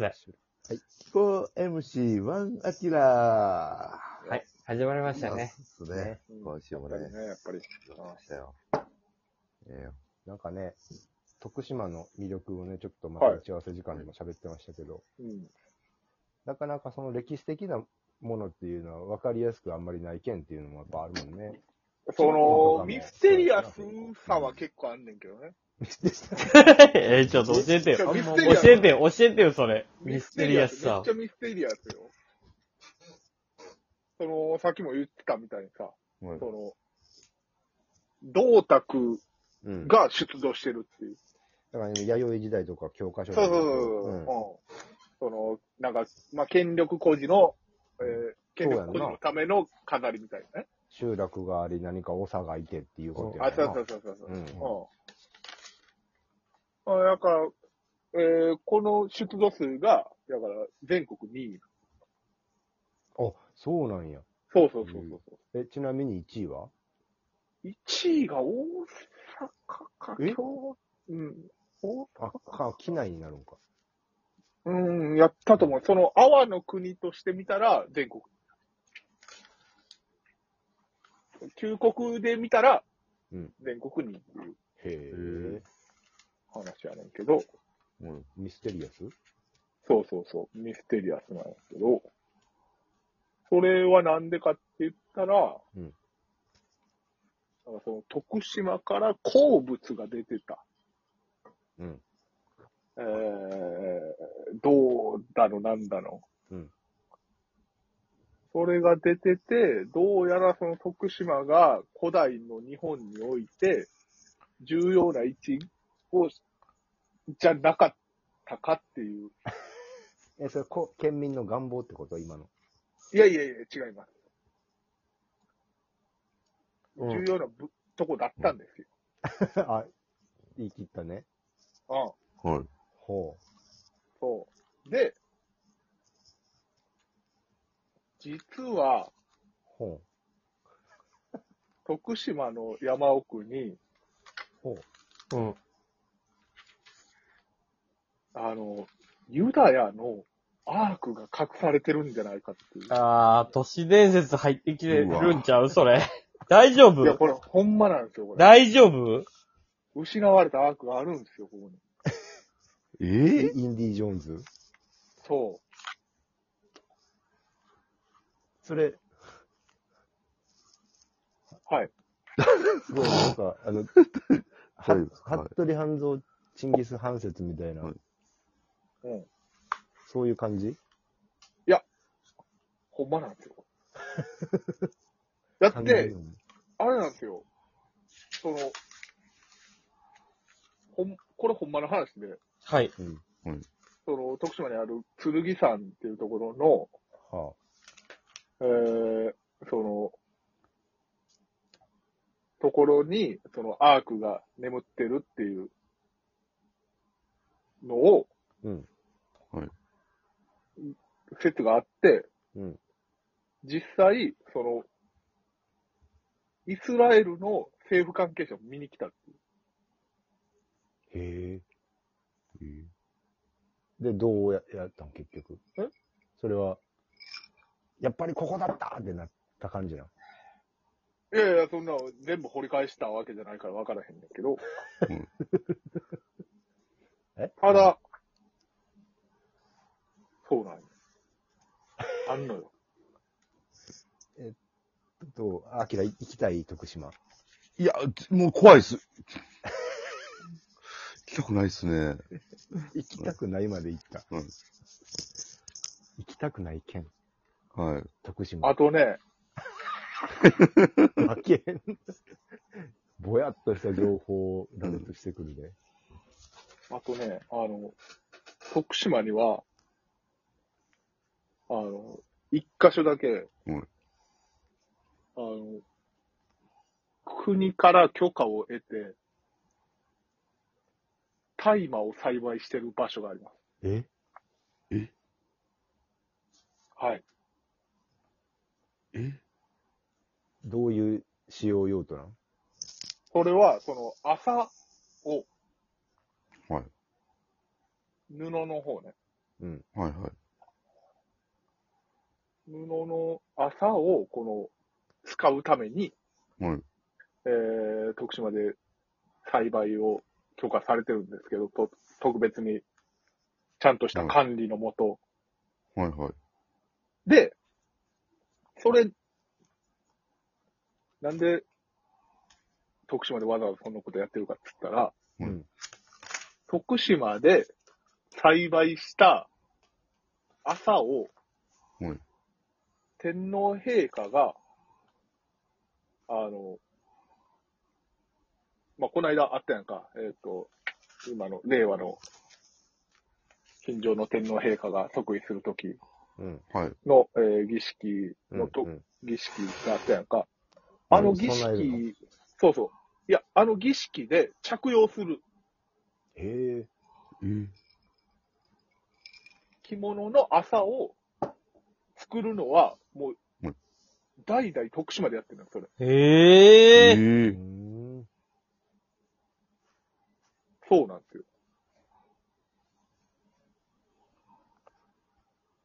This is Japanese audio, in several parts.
はい、 4MC1 アキラはい、始まりまー。したね。そうですね。うん今週もやっねぱ、りね、やっぱり。やってましたよ。えなんかね、徳島の魅力をね、ちょっとまたはい打ち合わせ時間でも喋ってましたけど、うん。なかなかその歴史的なものっていうのは分かりやすくあんまりない件っていうのもやっぱあるもんね。そそうの、だねミステリアスさは結構あんねんけどね。 え、ちょっと教えていやよ。ミステリア教スえてよ、教えてよ、それ。ミステリアスめさっち。ゃミステリアスよ。その、さっきも言ってたみたいにさ、えもうその、銅卓うん。が出土してるっていう。だからね、弥生時代とか教科書とそうかそうそう。うん。その、なんか、まあ、権力孤児の、えー権力孤児のための飾りみたいなね。集落があり、何か長がいてっていうことやあ、なそうそうそうそうそう。うんうん。あだから、えーこの出土数が、だから全国2位。あ、そうなんや。そうそうそうそう。え、ちなみに1位はう1位が大阪か、え京都うん。おあ、か、機内になるんか。うん、やったと思う。その、阿波の国として見たら、全国。旧国で見たら、うん全国にっていうへえ。話やねんけど、うんミステリアスそうそうそう、ミステリアスなんですけど、それはなんでかって言ったら、うんなんかその徳島から鉱物が出てた。うんえー、どうだのなんだの。うんそれが出てて、どうやらその徳島が古代の日本において重要な位置を、じゃなかったかっていうえ、それこ、県民の願望ってこと今の。いやいやいや、違います。うん重要なぶ、とこだったんです よ。あ、言い切ったね。ああはい。ほそう。で、実は、う。ほう。徳島の山奥に、ほう。うん。あの、ユダヤのアークが隠されてるんじゃないかっていう。あー、都市伝説入ってきてるんちゃうそれ。大丈いや、夫これ、ほんまなんですよ、これ。大丈夫失われたアークがあるんですよ、ここに。ええーインディ・ジョーンズそう。それ。はい。す ごい、なんか、あの、ははい服部半蔵、チンギス・ハンセツみたいな、はいうん。そういう感じほんまなんですよ。だっ感じてる、のあれなんですよ。その、ほん、これほんまの話で、はい。その、徳島にある剣山っていうとこはろの、えー、その、ところに、そのアークが眠ってるっていうのを、うんはい説があって、うん実際、その、イスラエルの政府関係者を見に来たっていう。あ。へえ。えーで、どうややったの、結局。えそれは、やっぱりここだったってなった感じなの。いやいや、そんなの全部掘り返したわけじゃないから分からへんねんけどうん。えただ、そうなんよ。あんのよ。と、アキラ行きたい徳島。いや、もう怖いっす。 行きたくないっすね。行きたくないまで行った。うん行きたくない県、はい。徳島。あとね、あけん。ぼやっとした情報を羅列してくるで。あとね、あの、徳島には、あの、一箇所だけ、うんあの、国から許可を得て、大麻を栽培してる場所があります。えはい。えどういう使用用途なんそれは、その、麻を、はい布の方ね。うん。はいはい。布の麻をこの使うために、はいえー、徳島で栽培を許可されてるんですけど、と特別にちゃんとした管理のもと、はいはい。で、それ、なんで徳島でわざわざそんなことやってるかっつったら、うん徳島で栽培した朝を、うん天皇陛下が、あの、まあ、この間あったやんか、えっ、と、今の令和の近所の天皇陛下が即位するときうん。はい。の、えー儀式うんのと、うん儀式があったやんか。あの儀そんなんや式、そうそう。いや、あの儀式で着用するへえ。えー、着物の麻を作るのは、もううん、代々徳島でやってるのよ、それ。ええー。えうーん。そうなんですよ。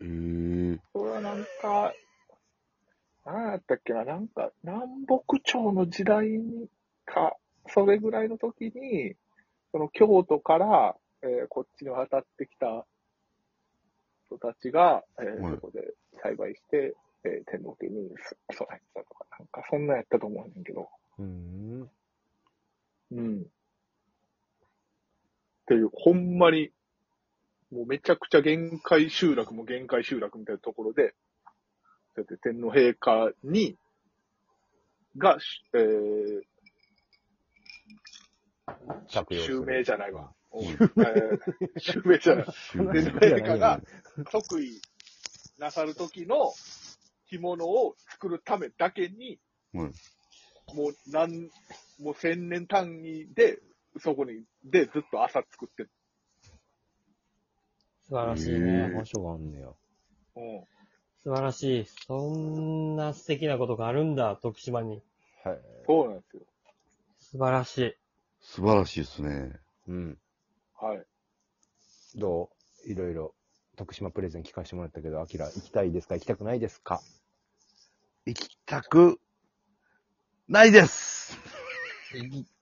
えーそれはなんか、なんやったっけな、なんか、南北朝の時代にか、それぐらいの時に、その京都から、えーこっちに渡ってきた人たちが、えーはいそこで栽培して、えー天皇家に供えてたとか、なんかそんなんやったと思うねんけど。うん。うん。っていう、ほんまに、もうめちゃくちゃ限界集落も限界集落みたいなところで、だって天皇陛下に、が、しえ着ー、用す襲る。名じゃないわ。うんえー襲名じゃない。終了天そ皇んなに陛下が即位なさる時の着物を作るためだけに、うんもう何、もう千年単位で、そこに、でずっと朝作って素晴らしいえね。ー場所があんねや。うん。素晴らしい。そんな素敵なことがあるんだ、徳島に。はい。そうなんですよ。素晴らしい。素晴らしいですね。うん。はい。どういろいろ、徳島プレゼン聞かせてもらったけど、アキラ、行きたいですか行きたくないですか行きたく、ないです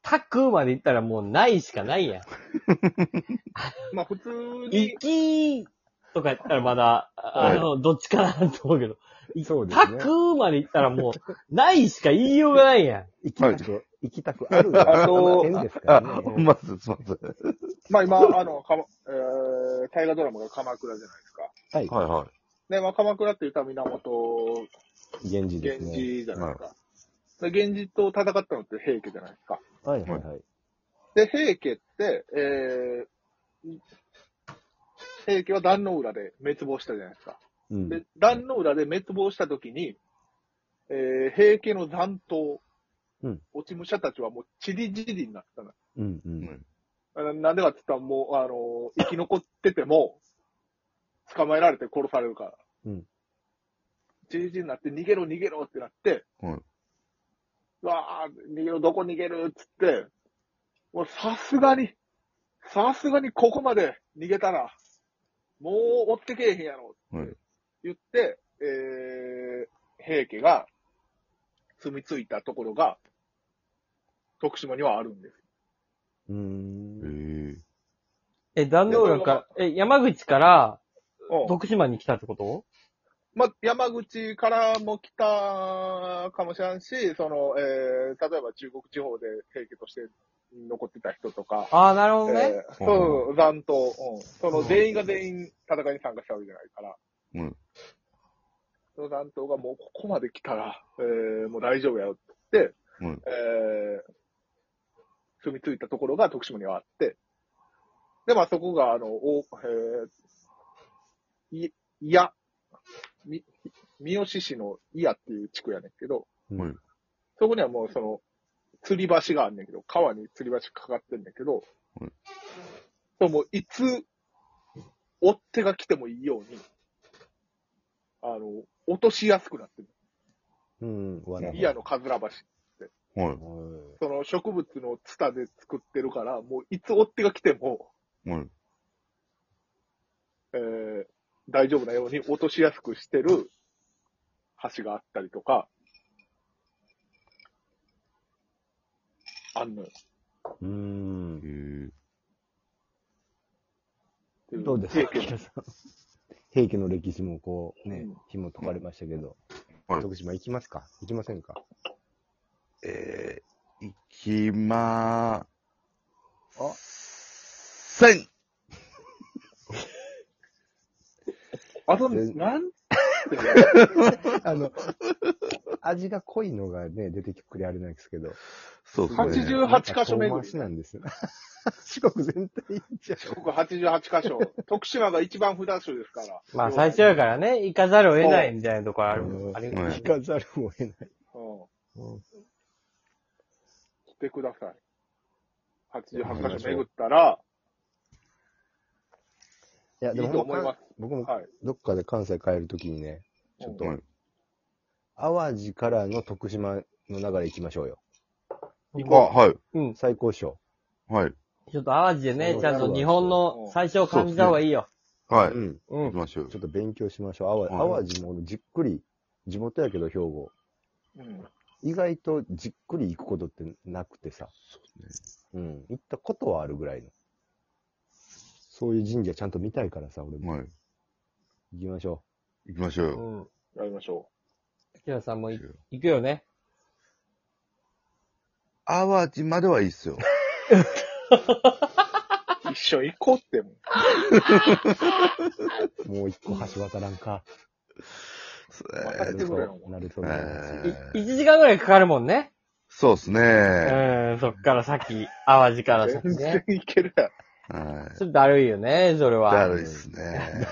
タックまで行ったらもうないしかないやん。まあ普通に行、きとか言ったらまだ、あはいの、どっちかなと思うけど。そうですタねックまで行ったらもう、ないしか言いようがないやん。行きたく、行きたくあるが、あの変ですかあ、らね。まず、まず。まあ今、あの、かま、えー、大河ドラマが鎌倉じゃないですか。はい。はいはで、まあ鎌倉って言ったら源源氏です源ね。氏じゃないですか。で、源氏と戦ったのって平家じゃないですか。はいはいはい。で、平家って、えー、平家は壇の浦で滅亡したじゃないですか。うん。で、壇の浦で滅亡した時に、えー、平家の残党、うん落ち武者たちはもう散り散りになったの。うんうい。ん。ななんでかって言ったら、もう、あの、生き残ってても、捕まえられて殺されるから。うん。じじになって、逃げろ逃げろってなって、うんうわあ逃げろ、どこ逃げるっつって、もうさすがに、さすがにここまで逃げたら、もう追ってけえへんやろはい。言って、えー、平家が住み着いたところが、徳島にはあるんです。うーん。ええ、壇ノ浦か、え、山口からうん徳島に来たってことまあ、山口からも来たかもしれんし、その、えー、例えば中国地方で平家として残ってた人とか、ああ、なるほどね。えーそう、残党、うん、その全員が全員戦いに参加したわけじゃないから、うんその残党がもうここまで来たら、えー、もう大丈夫やろってう言っんて、えー、住み着いたところが徳島にはあって、で、まあそこが、あの、おえー、い、いや、み、三好市のいやっていう地区やねんけど、うんはいそこにはもうその、吊り橋があんねんけど、川に吊り橋かかってんねんけど、うんそうもういつ、追っ手が来てもいいように、あの、落としやすくなってる。うん。わなイヤのカズラ橋。えははその植物のツタで作ってるから、もういつ追っ手が来ても、い。はい。えー大丈夫なように落としやすくしてる橋があったりとか、あんのよ。うーん。うん。っていどうですか経験皆さん平家の歴史もこう、ねうん、紐解かれましたけど。はい徳島行きますか行きませんかえー、行きあまーせんあと、全なんて、あの、味が濃いのがね、出てくれあれなんですけど。そうですね。 88箇所巡りなんか遠回しなんですよ。四国全体じゃ。ここ88箇所。 徳島が一番不ダッシュですから。まあ最初やからね、行かざるを得ないみたいなところあるう。んありは行かざるを得ない。うん。うん来てください。88箇所巡ったら、いや、いいと思います。僕もはい。どっかで関西帰るときにね、ちょっとはい、淡路からの徳島の流れ行きましょうよ。行あ、はい。うん。最高賞。はい。ちょっと淡路でね、ちゃんと日本の最初を感じた方がいいよ。はい。う行ん。うきん。ましょうちょ。っと勉強しましょう。淡は淡路もじっくり、地元やけど兵庫。うん。意外とじっくり行くことってなくてさ。うん。行ったことはあるぐらいの。そういう神社ちゃんと見たいからさ、俺も。はい。行きましょ行きましょううよ。ん。やりましょキラさんもい行くよね。淡路まではいいっすよ。う。一緒に行こうっても。う。もう一個橋渡らん か。渡ってくれよなると思います。いえー1時間ぐらいかかるもんね。そうですね。うん、そっから先、淡路から先全然ね。いけるやん。はい。ちょっとだるいよね、それは。だるいっすね。